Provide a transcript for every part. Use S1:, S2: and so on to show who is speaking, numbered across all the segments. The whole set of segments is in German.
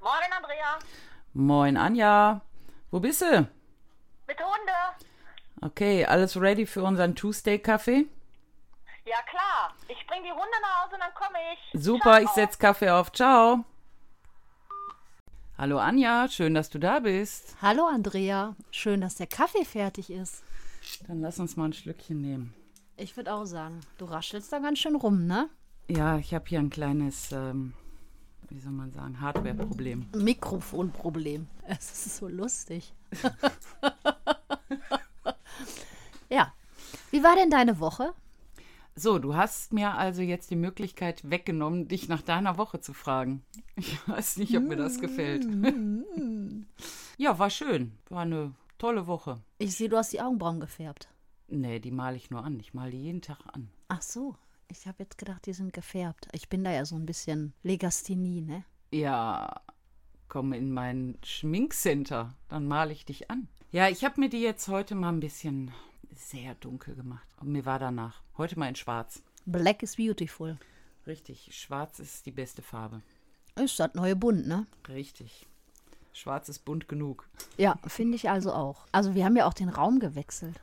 S1: Morgen, Andrea.
S2: Moin, Anja. Wo bist du?
S1: Mit Hunde.
S2: Okay, alles ready für unseren Tuesday-Kaffee?
S1: Ja, klar. Ich bringe die Hunde nach Hause und dann komme ich.
S2: Super, ich
S1: Ciao.
S2: setz Kaffee auf. Ciao. Hallo, Anja. Schön, dass du da bist.
S3: Hallo Andrea, schön, dass der Kaffee fertig ist.
S2: Dann lass uns mal ein Schlückchen nehmen.
S3: Ich würde auch sagen, du raschelst da ganz schön rum, ne?
S2: Ja, ich habe hier ein kleines, ähm, wie soll man sagen, Hardware-Problem.
S3: Mikrofonproblem. Es ist so lustig. ja. Wie war denn deine Woche?
S2: So, du hast mir also jetzt die Möglichkeit weggenommen, dich nach deiner Woche zu fragen. Ich weiß nicht, ob mir das gefällt. ja, war schön. War eine tolle Woche.
S3: Ich sehe, du hast die Augenbrauen gefärbt.
S2: Nee, die male ich nur an. Ich male die jeden Tag an.
S3: Ach so, ich habe jetzt gedacht, die sind gefärbt. Ich bin da ja so ein bisschen Legasthenie, ne?
S2: Ja, komm in mein Schminkcenter, dann male ich dich an. Ja, ich habe mir die jetzt heute mal ein bisschen sehr dunkel gemacht. Und mir war danach. Heute mal in schwarz.
S3: Black is beautiful.
S2: Richtig, schwarz ist die beste Farbe.
S3: Ist das neue Bund, ne?
S2: Richtig. Schwarz ist bunt genug.
S3: Ja, finde ich also auch. Also wir haben ja auch den Raum gewechselt.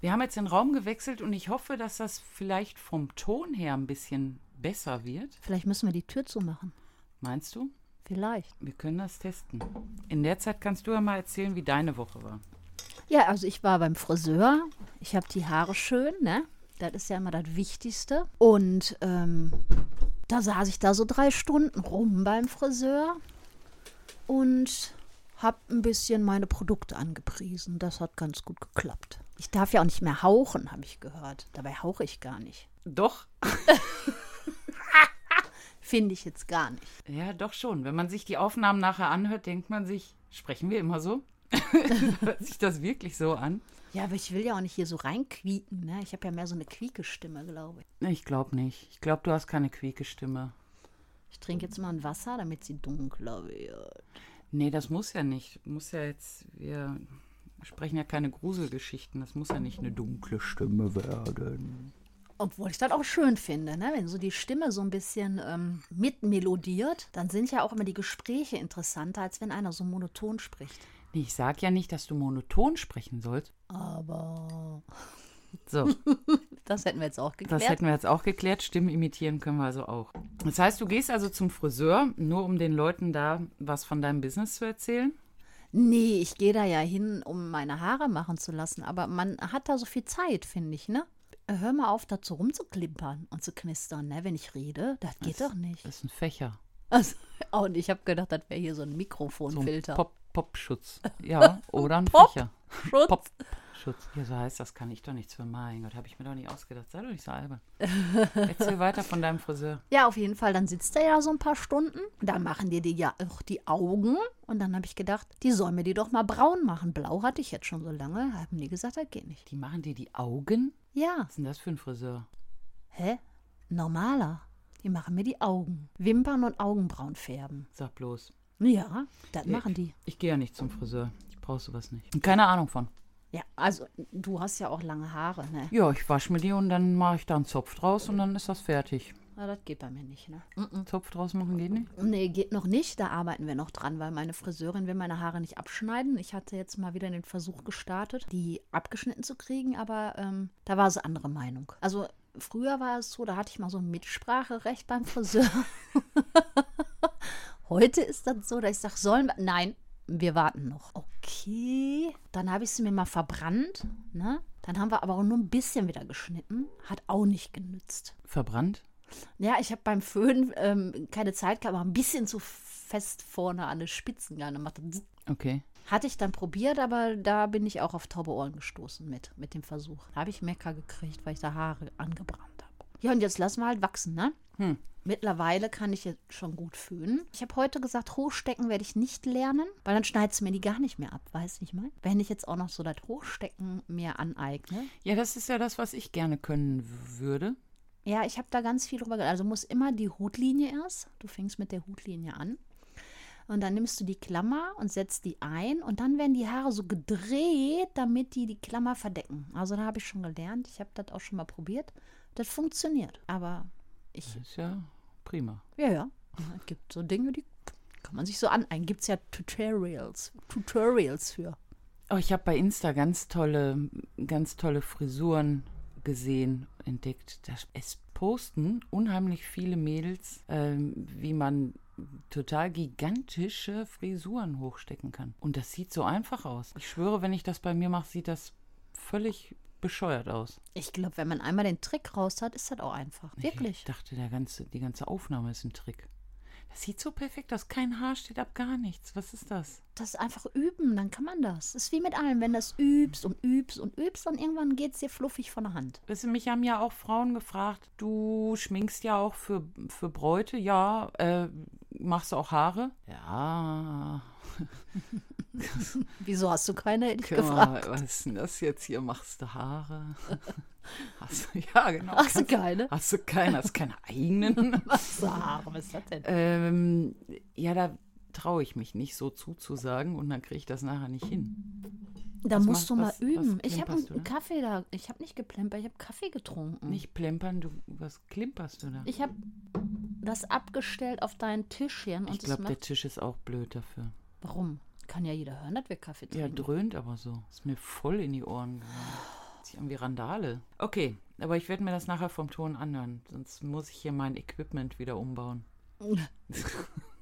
S2: Wir haben jetzt den Raum gewechselt und ich hoffe, dass das vielleicht vom Ton her ein bisschen besser wird.
S3: Vielleicht müssen wir die Tür zumachen.
S2: Meinst du?
S3: Vielleicht.
S2: Wir können das testen. In der Zeit kannst du ja mal erzählen, wie deine Woche war.
S3: Ja, also ich war beim Friseur. Ich habe die Haare schön, ne? Das ist ja immer das Wichtigste. Und ähm, da saß ich da so drei Stunden rum beim Friseur und habe ein bisschen meine Produkte angepriesen. Das hat ganz gut geklappt. Ich darf ja auch nicht mehr hauchen, habe ich gehört. Dabei hauche ich gar nicht.
S2: Doch,
S3: Finde ich jetzt gar nicht.
S2: Ja, doch schon. Wenn man sich die Aufnahmen nachher anhört, denkt man sich, sprechen wir immer so? Hört sich das wirklich so an?
S3: Ja, aber ich will ja auch nicht hier so reinquieken, ne? Ich habe ja mehr so eine Quieke-Stimme, glaube ich.
S2: Ich glaube nicht. Ich glaube, du hast keine quieke Stimme.
S3: Ich trinke jetzt mal ein Wasser, damit sie dunkler wird.
S2: Nee, das muss ja nicht. Muss ja jetzt, wir sprechen ja keine Gruselgeschichten. Das muss ja nicht eine dunkle Stimme werden.
S3: Obwohl ich das auch schön finde, ne? wenn so die Stimme so ein bisschen ähm, mitmelodiert, dann sind ja auch immer die Gespräche interessanter, als wenn einer so monoton spricht.
S2: Nee, Ich sag ja nicht, dass du monoton sprechen sollst.
S3: Aber
S2: So,
S3: das hätten wir jetzt auch
S2: das
S3: geklärt.
S2: hätten wir jetzt auch geklärt. Stimmen imitieren können wir also auch. Das heißt, du gehst also zum Friseur, nur um den Leuten da was von deinem Business zu erzählen?
S3: Nee, ich gehe da ja hin, um meine Haare machen zu lassen, aber man hat da so viel Zeit, finde ich, ne? Hör mal auf, dazu rumzuklimpern und zu knistern, ne? Wenn ich rede, das geht doch nicht.
S2: Das ist ein Fächer.
S3: Also, oh, und ich habe gedacht, das wäre hier so ein
S2: So ein
S3: Mikrofonfilter.
S2: Pop Popschutz. Ja, oder ein
S3: Pop-
S2: Fächer.
S3: Schutz.
S2: Popschutz. Ja, so heißt das, kann ich doch nichts für. Mein Gott, habe ich mir doch nicht ausgedacht. Sei doch nicht so albern. Erzähl weiter von deinem Friseur.
S3: Ja, auf jeden Fall. Dann sitzt er ja so ein paar Stunden. Dann machen dir die ja auch die Augen. Und dann habe ich gedacht, die sollen mir die doch mal braun machen. Blau hatte ich jetzt schon so lange. Haben die gesagt, das geht nicht.
S2: Die machen dir die Augen?
S3: Ja.
S2: Was ist denn das für ein Friseur?
S3: Hä? Normaler. Die machen mir die Augen. Wimpern und Augenbrauen färben.
S2: Sag bloß.
S3: Ja, das machen die.
S2: Ich gehe ja nicht zum Friseur. Ich brauche sowas nicht. Und Keine Ahnung von.
S3: Ja, also du hast ja auch lange Haare, ne?
S2: Ja, ich wasche mir die und dann mache ich da einen Zopf draus und dann ist das fertig.
S3: Na, das geht bei mir nicht, ne?
S2: Zopf draus machen geht nicht?
S3: Nee, geht noch nicht. Da arbeiten wir noch dran, weil meine Friseurin will meine Haare nicht abschneiden. Ich hatte jetzt mal wieder den Versuch gestartet, die abgeschnitten zu kriegen, aber ähm, da war sie andere Meinung. Also früher war es so, da hatte ich mal so ein Mitspracherecht beim Friseur. Heute ist das so, dass ich sage, sollen wir. Nein, wir warten noch. Okay. Dann habe ich sie mir mal verbrannt. Ne? Dann haben wir aber auch nur ein bisschen wieder geschnitten. Hat auch nicht genützt.
S2: Verbrannt?
S3: Ja, ich habe beim Föhn ähm, keine Zeit gehabt, aber ein bisschen zu fest vorne an den Spitzen gerne gemacht. Zzz.
S2: Okay.
S3: Hatte ich dann probiert, aber da bin ich auch auf taube Ohren gestoßen mit, mit dem Versuch. Da habe ich Mecker gekriegt, weil ich da Haare angebrannt habe. Ja, und jetzt lassen wir halt wachsen, ne?
S2: Hm.
S3: Mittlerweile kann ich jetzt schon gut föhnen. Ich habe heute gesagt, Hochstecken werde ich nicht lernen, weil dann schneidest du mir die gar nicht mehr ab, weißt du, ich meine? Wenn ich jetzt auch noch so das Hochstecken mir aneigne.
S2: Ja, das ist ja das, was ich gerne können w- würde.
S3: Ja, ich habe da ganz viel drüber geredet. Also muss immer die Hutlinie erst. Du fängst mit der Hutlinie an. Und dann nimmst du die Klammer und setzt die ein. Und dann werden die Haare so gedreht, damit die die Klammer verdecken. Also da habe ich schon gelernt. Ich habe das auch schon mal probiert. Das funktioniert. Aber ich,
S2: Das ist ja prima.
S3: ja, ja. Es gibt so Dinge, die Kann man sich so aneignen. Gibt es ja Tutorials, Tutorials für.
S2: Oh, ich habe bei Insta ganz tolle, ganz tolle Frisuren gesehen, entdeckt. Das, es posten unheimlich viele Mädels, ähm, wie man total gigantische Frisuren hochstecken kann. Und das sieht so einfach aus. Ich schwöre, wenn ich das bei mir mache, sieht das völlig bescheuert aus.
S3: Ich glaube, wenn man einmal den Trick raus hat, ist das auch einfach. Wirklich.
S2: Ich dachte, der ganze, die ganze Aufnahme ist ein Trick. Das sieht so perfekt aus. Kein Haar steht ab, gar nichts. Was ist das?
S3: Das ist einfach üben, dann kann man das. Ist wie mit allem. Wenn du das übst und übst und übst, dann irgendwann geht es dir fluffig von der Hand.
S2: Weißt du, mich haben ja auch Frauen gefragt, du schminkst ja auch für, für Bräute, ja. Äh, machst du auch Haare? Ja.
S3: Wieso hast du keine, hätte ich
S2: Guck mal,
S3: gefragt.
S2: was ist denn das jetzt hier? Machst du Haare? Hast du, ja, genau.
S3: Hast du
S2: Kannst-
S3: keine?
S2: Hast du keine? Hast keine eigenen?
S3: Was für Haare, was ist das denn?
S2: ähm, ja, da traue ich mich nicht so zuzusagen und dann kriege ich das nachher nicht hin.
S3: Da
S2: was
S3: musst du mal
S2: machst- was-
S3: üben.
S2: was
S3: ich habe
S2: klimperst du
S3: einen
S2: da?
S3: Kaffee da. Ich habe nicht geplempert, ich habe Kaffee getrunken.
S2: Nicht plempern, du, was klimperst du da?
S3: Ich habe das abgestellt auf dein Tischchen und
S2: Ich
S3: es
S2: glaube, der
S3: macht.
S2: Tisch ist auch blöd dafür.
S3: Warum? Kann ja jeder hören, dass wir Kaffee
S2: Ja,
S3: trinken.
S2: dröhnt aber so. Ist mir voll in die Ohren gegangen. Sieht an wie Randale. Okay, aber ich werde mir das nachher vom Ton anhören. Sonst muss ich hier mein Equipment wieder umbauen.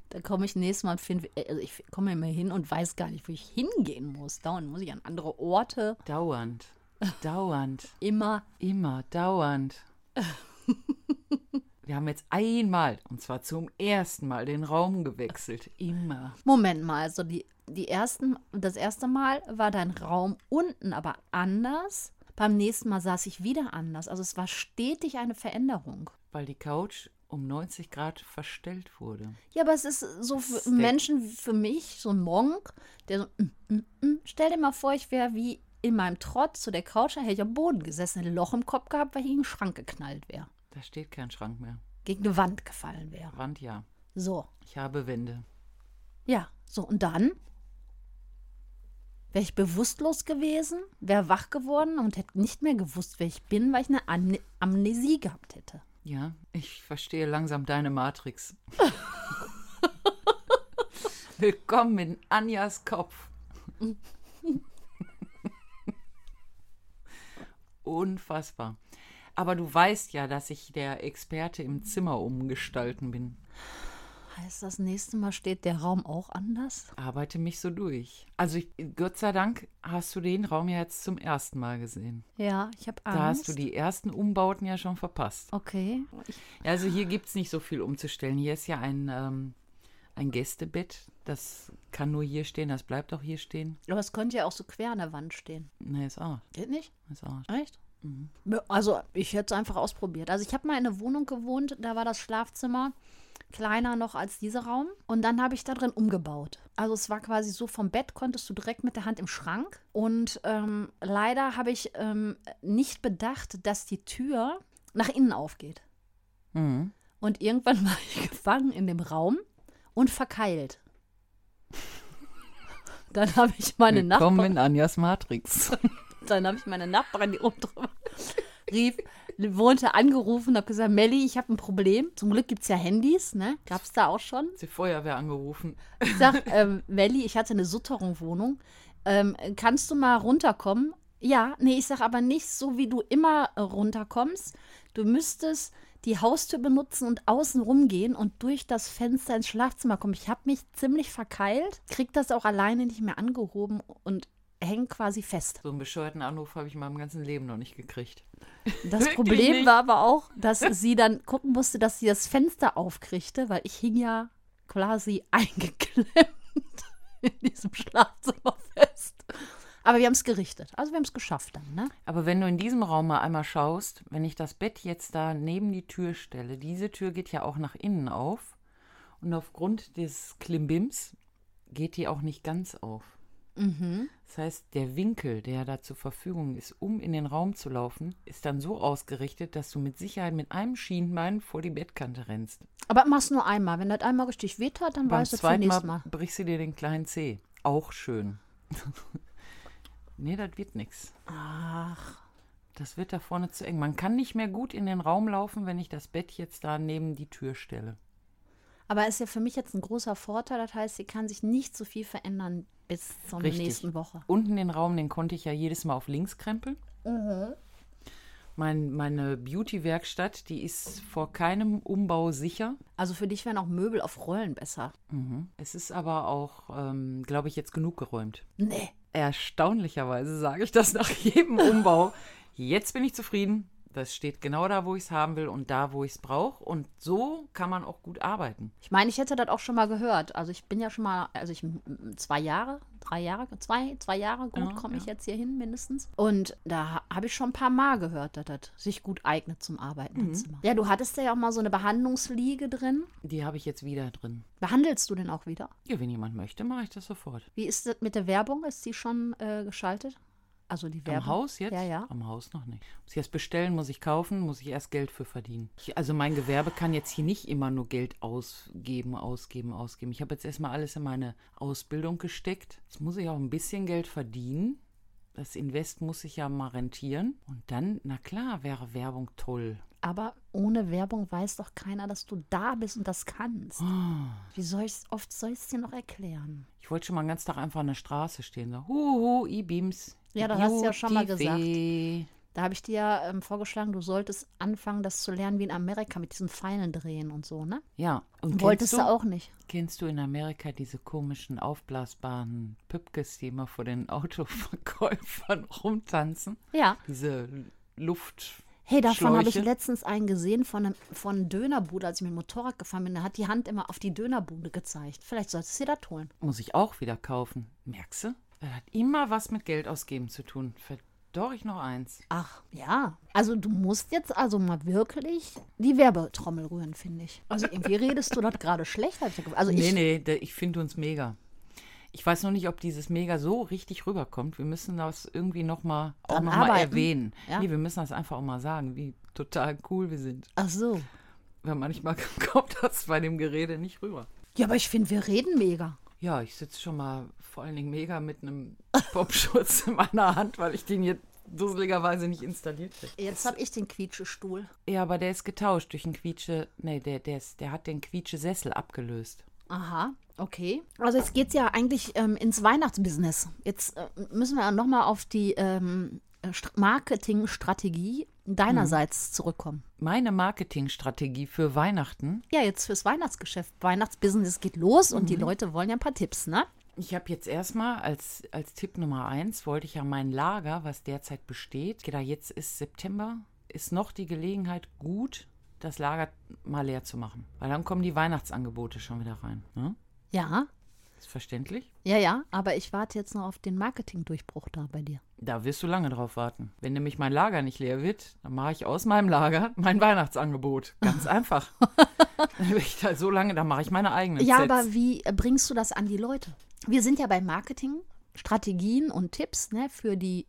S3: Da komme ich nächstes Mal und finde, also ich komme immer hin und weiß gar nicht, wo ich hingehen muss. Dauernd muss ich an andere Orte.
S2: Dauernd. Dauernd.
S3: Immer.
S2: Immer dauernd. Wir haben jetzt einmal, und zwar zum ersten Mal, den Raum gewechselt. Immer.
S3: Moment mal, also die, die ersten, das erste Mal war dein Raum unten, aber anders. Beim nächsten Mal saß ich wieder anders. Also es war stetig eine Veränderung.
S2: Weil die Couch um 90 Grad verstellt wurde.
S3: Ja, aber es ist so für
S2: Sick.
S3: Menschen wie für mich, so ein Monk, der so, mm, mm, mm. stell dir mal vor, ich wäre wie in meinem Trott zu der Couch, dann hätte ich am Boden gesessen, ein Loch im Kopf gehabt, weil ich in den Schrank geknallt wäre.
S2: Da steht kein Schrank mehr.
S3: Gegen eine Wand gefallen wäre.
S2: Wand ja.
S3: So,
S2: Ich habe Wände.
S3: ja, so und dann wäre ich bewusstlos gewesen, wäre wach geworden und hätte nicht mehr gewusst, wer ich bin, weil ich eine Amne Amnesie gehabt hätte.
S2: Ja, ich verstehe langsam deine Matrix. Willkommen in Anjas Kopf. Unfassbar. Aber du weißt ja, dass ich der Experte im Zimmer umgestalten bin.
S3: Heißt das nächste Mal steht der Raum auch anders?
S2: Arbeite mich so durch. Also ich, Gott sei Dank hast du den Raum ja jetzt zum ersten Mal gesehen.
S3: Ja, ich habe Angst.
S2: Da hast du die ersten Umbauten ja schon verpasst.
S3: Okay. Ich
S2: Also hier gibt es nicht so viel umzustellen. Hier ist ja ein, ähm, ein Gästebett. Das kann nur hier stehen, das bleibt auch hier stehen.
S3: Aber es könnte ja auch so quer an der Wand stehen.
S2: Ne, ist auch.
S3: Geht nicht?
S2: Ist auch.
S3: Echt?
S2: Mhm.
S3: Ja, Also, ich hätte es einfach ausprobiert. Also, ich habe mal in einer Wohnung gewohnt, da war das Schlafzimmer kleiner noch als dieser Raum. Und dann habe ich da drin umgebaut. Also, es war quasi so: vom Bett konntest du direkt mit der Hand im Schrank. Und ähm, leider habe ich ähm, nicht bedacht, dass die Tür nach innen aufgeht.
S2: Mhm.
S3: Und irgendwann war ich gefangen in dem Raum und verkeilt. Dann habe ich meine
S2: Willkommen
S3: Nachbarin.
S2: in Anjas Matrix.
S3: Dann habe ich meine Nachbarin, die oben drüber rief, wohnte, angerufen, habe gesagt, Melli, ich habe ein Problem. Zum Glück gibt es ja Handys, ne? Gab es da auch schon.
S2: Die Feuerwehr angerufen.
S3: Ich sag, ähm, Melli, ich hatte eine Sutterung-Wohnung. Ähm, kannst du mal runterkommen? Ja, nee, ich sag aber nicht so, wie du immer äh, runterkommst. Du müsstest die Haustür benutzen und außen rumgehen und durch das Fenster ins Schlafzimmer kommen. Ich habe mich ziemlich verkeilt, krieg das auch alleine nicht mehr angehoben und häng quasi fest.
S2: So einen bescheuerten Anruf habe ich in meinem ganzen Leben noch nicht gekriegt.
S3: Das
S2: Wirklich
S3: Problem
S2: nicht.
S3: war aber auch, dass sie dann gucken musste, dass sie das Fenster aufkriegte, weil ich hing ja quasi eingeklemmt in diesem Schlafzimmer fest. Aber wir haben es gerichtet. Also wir haben es geschafft dann, ne?
S2: Aber wenn du in diesem Raum mal einmal schaust, wenn ich das Bett jetzt da neben die Tür stelle, diese Tür geht ja auch nach innen auf. Und aufgrund des Klimbims geht die auch nicht ganz auf.
S3: Mhm.
S2: Das heißt, der Winkel, der da zur Verfügung ist, um in den Raum zu laufen, ist dann so ausgerichtet, dass du mit Sicherheit mit einem Schienbein vor die Bettkante rennst.
S3: Aber mach's nur einmal. Wenn das einmal richtig wehtut, dann
S2: Beim
S3: weißt du es für
S2: zweiten Mal,
S3: nächstes Mal.
S2: brichst du dir den kleinen Zeh. Auch schön. nee, das wird nichts.
S3: Ach,
S2: Das wird da vorne zu eng. Man kann nicht mehr gut in den Raum laufen, wenn ich das Bett jetzt da neben die Tür stelle.
S3: Aber ist ja für mich jetzt ein großer Vorteil. Das heißt, sie kann sich nicht so viel verändern bis zur
S2: Richtig.
S3: Um nächsten Woche.
S2: Unten den Raum, den konnte ich ja jedes Mal auf links krempeln.
S3: Mhm.
S2: Mein, meine Beauty-Werkstatt, die ist vor keinem Umbau sicher.
S3: Also für dich wären auch Möbel auf Rollen besser.
S2: Es ist aber auch, ähm, glaube ich, jetzt genug geräumt.
S3: Nee.
S2: Erstaunlicherweise sage ich das nach jedem Umbau. Jetzt bin ich zufrieden. Das steht genau da, wo ich es haben will und da, wo ich es brauche. Und so kann man auch gut arbeiten.
S3: Ich meine, ich hätte das auch schon mal gehört. Also ich bin ja schon mal, also ich m- m- zwei Jahre, drei Jahre, zwei, zwei Jahre gut
S2: Ja,
S3: komme ich
S2: ja.
S3: jetzt hier hin mindestens. Und da ha- habe ich schon ein paar Mal gehört, dass das sich gut eignet zum Arbeiten
S2: Mhm.
S3: im Zimmer. Ja, du hattest ja auch mal so eine Behandlungsliege drin.
S2: Die habe ich jetzt wieder drin.
S3: Behandelst du denn auch wieder?
S2: Ja, wenn jemand möchte, mache ich das sofort.
S3: Wie ist das mit der Werbung? Ist die schon äh, geschaltet? Also die Werbung?
S2: Am Haus jetzt?
S3: Ja, ja.
S2: Am Haus noch nicht. Muss ich erst bestellen, muss ich kaufen, muss ich erst Geld für verdienen. Ich, also mein Gewerbe kann jetzt hier nicht immer nur Geld ausgeben, ausgeben, ausgeben. Ich habe jetzt erstmal alles in meine Ausbildung gesteckt. Jetzt muss ich auch ein bisschen Geld verdienen. Das Invest muss ich ja mal rentieren. Und dann, na klar, wäre Werbung toll.
S3: Aber ohne Werbung weiß doch keiner, dass du da bist und das kannst.
S2: Oh.
S3: Wie soll ich's, oft soll ich es dir noch erklären?
S2: Ich wollte schon mal den ganzen Tag einfach an der Straße stehen. So, huhu, i-Beams.
S3: Ja, das hast du ja schon mal
S2: Beautiful.
S3: Da habe ich dir ja ähm, vorgeschlagen, du solltest anfangen, das zu lernen wie in Amerika mit diesen Pfeilen drehen und so, ne?
S2: Ja, und
S3: Wolltest
S2: kennst
S3: du? auch nicht.
S2: Kennst du in Amerika diese komischen aufblasbaren Püppkes, die immer vor den Autoverkäufern rumtanzen?
S3: Ja.
S2: Diese Luft.
S3: Hey, davon habe ich
S2: Schläuche?
S3: letztens einen gesehen von, einem, von einer Dönerbude, als ich mit dem Motorrad gefahren bin. Da hat die Hand immer auf die Dönerbude gezeigt. Vielleicht solltest du dir das holen.
S2: Muss ich auch wieder kaufen. Merkst du? Das hat immer was mit Geld ausgeben zu tun. Verdorrig noch eins.
S3: Ach, ja. Also du musst jetzt also mal wirklich die Werbetrommel rühren, finde ich. Also irgendwie redest du das gerade schlecht. hab ich ja ge- Also
S2: Nee,
S3: ich,
S2: nee, da- ich finde uns mega. Ich weiß noch nicht, ob dieses Mega so richtig rüberkommt. Wir müssen das irgendwie nochmal auch
S3: Dran
S2: noch mal
S3: arbeiten.
S2: erwähnen.
S3: Ja.
S2: Nee, wir müssen das einfach auch mal sagen, wie total cool wir sind.
S3: Ach so.
S2: Weil manchmal kommt das bei dem Gerede nicht rüber.
S3: Ja, aber ich finde, wir reden mega.
S2: Ja, ich sitze schon mal vor allen Dingen mega mit einem Popschutz in meiner Hand, weil ich den jetzt dusseligerweise nicht installiert kriege.
S3: Jetzt habe ich den Quietschestuhl.
S2: Ja, aber der ist getauscht durch einen Quietsche. Nee, der, der, ist, der hat den Quietsche-Sessel abgelöst.
S3: Aha, okay. Also jetzt geht es ja eigentlich ähm, ins Weihnachtsbusiness. Jetzt äh, müssen wir nochmal auf die ähm, St- Marketingstrategie deinerseits zurückkommen.
S2: Meine Marketingstrategie für Weihnachten.
S3: Ja, jetzt fürs Weihnachtsgeschäft. Weihnachtsbusiness geht los und die Leute wollen ja ein paar Tipps, ne?
S2: Ich habe jetzt erstmal als, als Tipp Nummer eins, wollte ich ja mein Lager, was derzeit besteht. Da jetzt ist September, ist noch die Gelegenheit gut, das Lager mal leer zu machen. Weil dann kommen die Weihnachtsangebote schon wieder rein. Ne?
S3: Ja,
S2: Ist verständlich?
S3: ja, ja. Aber ich warte jetzt noch auf den Marketingdurchbruch da bei dir.
S2: Da wirst du lange drauf warten. Wenn nämlich mein Lager nicht leer wird, dann mache ich aus meinem Lager mein Weihnachtsangebot. Ganz einfach. Wenn ich da so lange, dann mache ich meine eigenen
S3: Ja,
S2: Sets.
S3: aber wie äh, bringst du das an die Leute? Wir sind ja bei Marketing, Strategien und Tipps ne, für die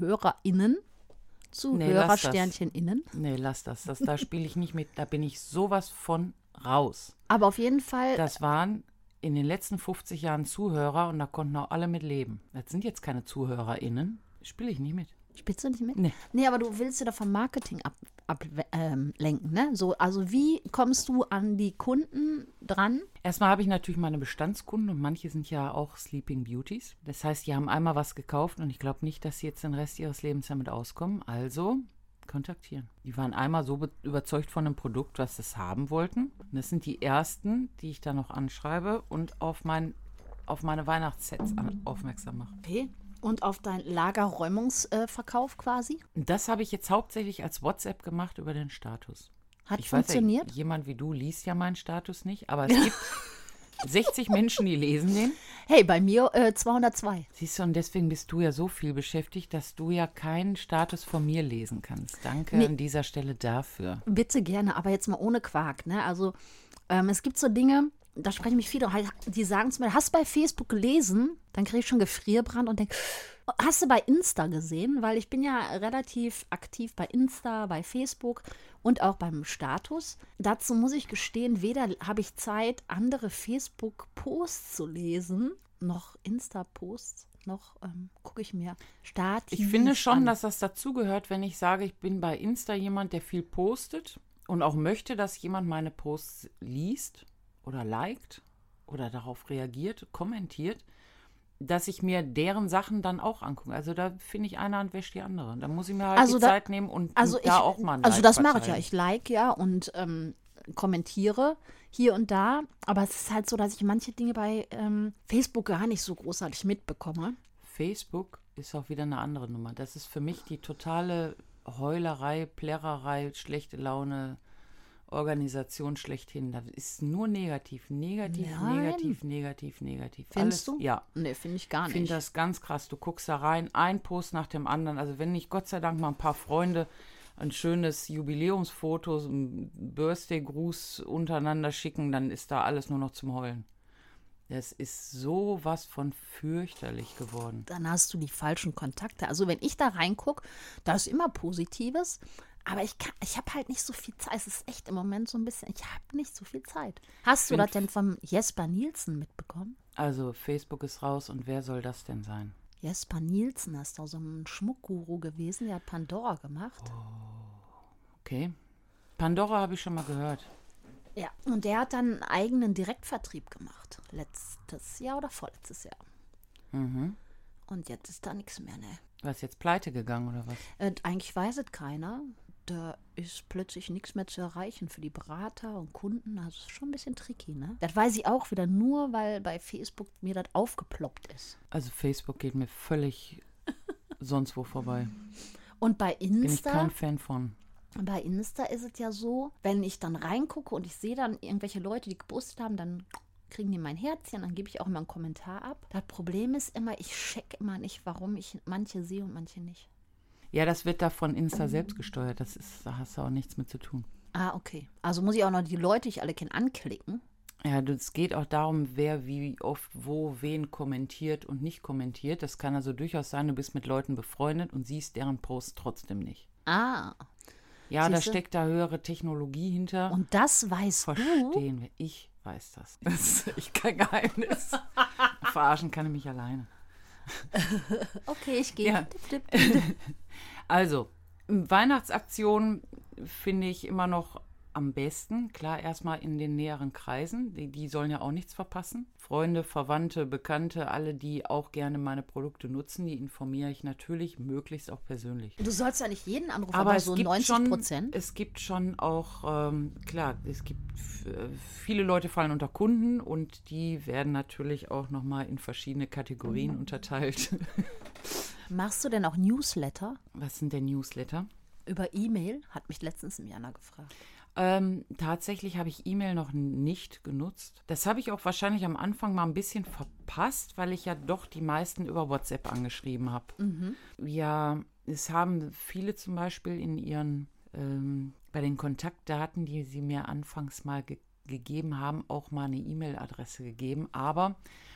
S3: ZuhörerInnen.
S2: lass das.
S3: Zuhörersterncheninnen.
S2: Nee, lass das. das da spiele ich nicht mit. Da bin ich sowas von raus.
S3: Aber auf jeden Fall,
S2: Das waren in den letzten 50 Jahren Zuhörer und da konnten auch alle mit leben. Das sind jetzt keine ZuhörerInnen. Spiele ich nicht mit.
S3: spielst du nicht mit?
S2: Nee.
S3: Nee, aber du willst ja davon Marketing ab, ablenken, ähm, lenken, ne? So, also wie kommst du an die Kunden dran?
S2: Erstmal habe ich natürlich meine Bestandskunden und manche sind ja auch Sleeping Beauties. Das heißt, die haben einmal was gekauft und ich glaube nicht, dass sie jetzt den Rest ihres Lebens damit auskommen. Also kontaktieren. Die waren einmal so be- überzeugt von einem Produkt, was sie haben wollten. Und das sind die ersten, die ich dann noch anschreibe und auf, mein, auf meine Weihnachtssets an, aufmerksam mache.
S3: Okay. Und auf deinen Lagerräumungsverkauf äh, Verkauf quasi?
S2: Und das habe ich jetzt hauptsächlich als WhatsApp gemacht über den Status.
S3: Hat
S2: Ich weiß ja,
S3: funktioniert?
S2: jemand wie du liest ja meinen Status nicht, aber es gibt 60 Menschen, die lesen den.
S3: Hey, bei mir äh, 202.
S2: Siehst du, und deswegen bist du ja so viel beschäftigt, dass du ja keinen Status von mir lesen kannst. Danke
S3: Nee.
S2: an dieser Stelle dafür.
S3: Bitte gerne, aber jetzt mal ohne Quark. Ne? Also ähm, es gibt so Dinge, da sprechen mich viele, halt, die sagen zu mir, hast du bei Facebook gelesen? Dann kriege ich schon Gefrierbrand und denke, hast du bei Insta gesehen? Weil ich bin ja relativ aktiv bei Insta, bei Facebook und auch beim Status. Dazu muss ich gestehen, weder habe ich Zeit, andere Facebook-Posts zu lesen, noch Insta-Posts, noch ähm, gucke ich mir Status
S2: Ich finde schon,
S3: an.
S2: dass das dazugehört, wenn ich sage, ich bin bei Insta jemand, der viel postet und auch möchte, dass jemand meine Posts liest oder liked oder darauf reagiert, kommentiert, dass ich mir deren Sachen dann auch angucke. Also da finde ich eine Hand wäscht die andere. Da muss ich mir halt
S3: Also
S2: die
S3: da-
S2: Zeit nehmen und,
S3: Also
S2: und
S3: ich,
S2: da auch mal ein
S3: also
S2: Like
S3: das mache ich ja.
S2: verteilen.
S3: Ich like ja und ähm, kommentiere hier und da. Aber es ist halt so, dass ich manche Dinge bei ähm, Facebook gar nicht so großartig mitbekomme.
S2: Facebook ist auch wieder eine andere Nummer. Das ist für mich die totale Heulerei, Plärrerei, schlechte Laune, Organisation schlechthin. Das ist nur negativ, negativ,
S3: Nein.
S2: negativ, negativ, negativ.
S3: Findest
S2: Alles,
S3: du?
S2: Ja.
S3: Nee, finde ich gar
S2: Ich
S3: nicht.
S2: finde das ganz krass. Du guckst da rein, ein Post nach dem anderen. Also wenn nicht Gott sei Dank mal ein paar Freunde ein schönes Jubiläumsfoto, so ein Birthday-Gruß untereinander schicken, dann ist da alles nur noch zum Heulen. Das ist sowas von fürchterlich geworden.
S3: dann hast du die falschen Kontakte. Also wenn ich da reingucke, da ist immer Positives. Aber ich, kann- ich habe halt nicht so viel Zeit. Es ist echt im Moment so ein bisschen, ich habe nicht so viel Zeit. Hast du
S2: Find-
S3: das denn vom Jesper Nielsen mitbekommen?
S2: Also Facebook ist raus und wer soll das denn sein?
S3: Jesper Nielsen, das ist doch so ein Schmuckguru gewesen, der hat Pandora gemacht.
S2: Okay. Pandora habe ich schon mal gehört.
S3: Ja, und der hat dann einen eigenen Direktvertrieb gemacht. Letztes Jahr oder vorletztes Jahr.
S2: Mhm.
S3: Und jetzt ist da nichts mehr, ne?
S2: Was jetzt pleite gegangen oder was?
S3: Und eigentlich weiß es keiner. Da ist plötzlich nichts mehr zu erreichen für die Berater und Kunden. Das ist schon ein bisschen tricky, ne? Das weiß ich auch wieder nur, weil bei Facebook mir das aufgeploppt ist.
S2: Also Facebook geht mir völlig sonst wo vorbei.
S3: Und bei
S2: Bin ich
S3: Insta,
S2: kein Fan von.
S3: bei Insta ist es ja so, wenn ich dann reingucke und ich sehe dann irgendwelche Leute, die gepostet haben, dann kriegen die mein Herzchen, dann gebe ich auch immer einen Kommentar ab. Das Problem ist immer, ich check immer nicht, warum ich manche sehe und manche nicht.
S2: Ja, das wird da von Insta selbst gesteuert. Das ist, da hast du auch nichts mit zu tun.
S3: Ah, okay. Also muss ich auch noch die Leute, die ich alle kenne, anklicken.
S2: Ja, du- es geht auch darum, wer wie oft wo wen kommentiert und nicht kommentiert. Das kann also durchaus sein, du bist mit Leuten befreundet und siehst deren Post trotzdem nicht.
S3: Ah,
S2: Ja, da
S3: Siehste?
S2: steckt da höhere Technologie hinter.
S3: und das weißt du.
S2: Verstehen wir. Ich weiß das. Das ist echt kein Geheimnis. Verarschen kann ich mich alleine.
S3: Okay, ich gehe.
S2: Ja.
S3: Dip, dip.
S2: Also, Weihnachtsaktionen finde ich immer noch am besten. Klar, erstmal in den näheren Kreisen. Die, die sollen ja auch nichts verpassen. Freunde, Verwandte, Bekannte, alle, die auch gerne meine Produkte nutzen, die informiere ich natürlich möglichst auch persönlich.
S3: Du sollst ja nicht jeden Anruf, aber,
S2: Aber es
S3: so
S2: gibt
S3: 90
S2: schon,
S3: Prozent.
S2: es gibt schon auch, ähm, klar, es gibt f- äh, viele Leute fallen unter Kunden und die werden natürlich auch nochmal in verschiedene
S3: Mhm.
S2: Kategorien unterteilt.
S3: Machst du denn auch Newsletter
S2: Was sind denn Newsletter?
S3: über E-Mail? Hat mich letztens Jana gefragt.
S2: Ähm, tatsächlich habe ich E-Mail noch n- nicht genutzt. Das habe ich auch wahrscheinlich am Anfang mal ein bisschen verpasst, weil ich ja doch die meisten über WhatsApp angeschrieben habe. Ja, es haben viele zum Beispiel in ihren, ähm, bei den Kontaktdaten, die sie mir anfangs mal ge gegeben haben, auch mal eine E-Mail-Adresse gegeben. Aber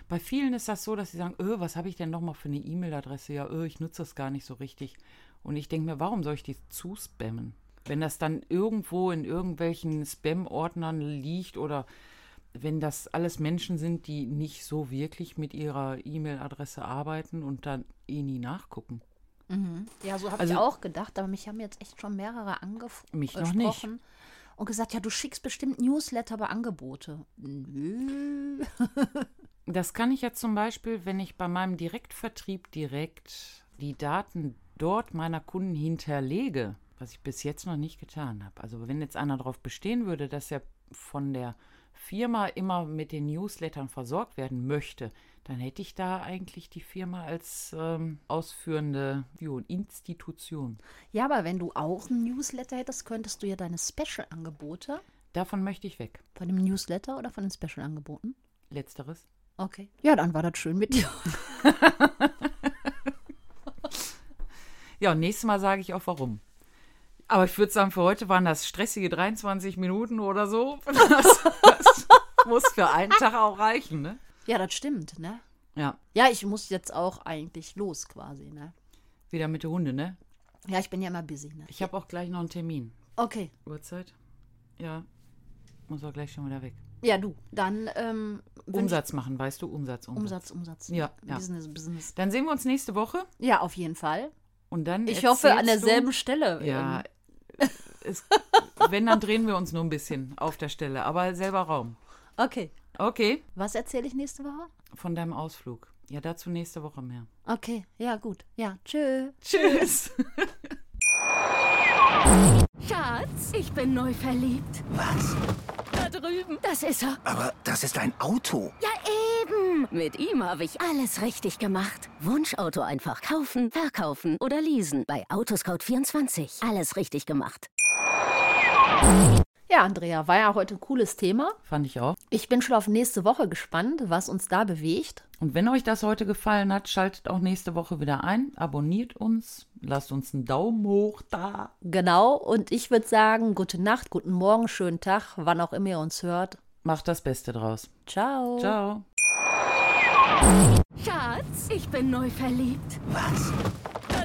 S2: bei vielen ist das so, dass sie sagen, öh, was habe ich denn nochmal für eine E-Mail-Adresse? Ja, öh, ich nutze das gar nicht so richtig. Und ich denke mir, warum soll ich die zuspammen? Wenn das dann irgendwo in irgendwelchen Spam-Ordnern liegt oder wenn das alles Menschen sind, die nicht so wirklich mit ihrer E-Mail-Adresse arbeiten und dann eh nie nachgucken.
S3: Ja, so habe
S2: Also-
S3: ich auch gedacht, aber mich haben jetzt echt schon mehrere angesprochen.
S2: Mich noch nicht.
S3: Und gesagt, ja, du schickst bestimmt Newsletter über Angebote. Nö.
S2: Das kann ich ja zum Beispiel, wenn ich bei meinem Direktvertrieb direkt die Daten dort meiner Kunden hinterlege, was ich bis jetzt noch nicht getan habe. Also wenn jetzt einer darauf bestehen würde, dass er von der Firma immer mit den Newslettern versorgt werden möchte, dann hätte ich da eigentlich die Firma als ähm, ausführende jo, Institution.
S3: Ja, aber wenn du auch einen Newsletter hättest, könntest du ja deine Special-Angebote
S2: Davon möchte ich weg.
S3: von dem Newsletter oder von den Special-Angeboten.
S2: Letzteres.
S3: Okay. Ja, dann war das schön mit dir.
S2: Ja, und nächstes Mal sage ich auch warum. Aber ich würde sagen, für heute waren das stressige 23 Minuten oder so. Das, das muss für einen Tag auch reichen, ne?
S3: Ja, das stimmt, ne?
S2: Ja,
S3: Ja, ich muss jetzt auch eigentlich los quasi, ne?
S2: wieder mit der Hunde, ne?
S3: Ja, ich bin ja immer busy, ne?
S2: Ich habe auch gleich noch einen Termin.
S3: Okay.
S2: Uhrzeit? Ja. Muss auch gleich schon wieder weg.
S3: Ja, du. Dann ähm, wünsch-
S2: Umsatz machen, weißt du? Umsatz, Umsatz.
S3: Umsatz, Umsatz.
S2: Ja, ja.
S3: Business, Business.
S2: Dann sehen wir uns nächste Woche
S3: Ja, auf jeden Fall.
S2: und dann.
S3: Ich hoffe an
S2: erzählst
S3: derselben Stelle.
S2: Du, ja.
S3: Ähm,
S2: Es, wenn, dann drehen wir uns nur ein bisschen auf der Stelle, aber selber Raum.
S3: Okay.
S2: Okay,
S3: Was erzähle ich nächste Woche?
S2: von deinem Ausflug. Ja, dazu nächste Woche mehr.
S3: Okay, ja, gut. Ja, tschö.
S2: Tschüss.
S4: Schatz, ich bin neu verliebt.
S5: Was?
S4: Da drüben. Das ist er.
S5: Aber das ist ein Auto.
S4: Ja, eben. Mit ihm habe ich alles richtig gemacht. Wunschauto einfach kaufen, verkaufen oder leasen. Bei Autoscout24. Alles richtig gemacht.
S3: Ja, Andrea, war ja heute ein cooles Thema.
S2: Fand ich auch.
S3: Ich bin schon auf nächste Woche gespannt, was uns da bewegt.
S2: Und wenn euch das heute gefallen hat, schaltet auch nächste Woche wieder ein. Abonniert uns. Lasst uns einen Daumen hoch da.
S3: Genau, und ich würde sagen, gute Nacht, guten Morgen, schönen Tag, wann auch immer ihr uns hört.
S2: Macht das Beste draus.
S3: Ciao.
S2: Ciao.
S4: Schatz, ich bin neu verliebt.
S5: Was?
S4: Da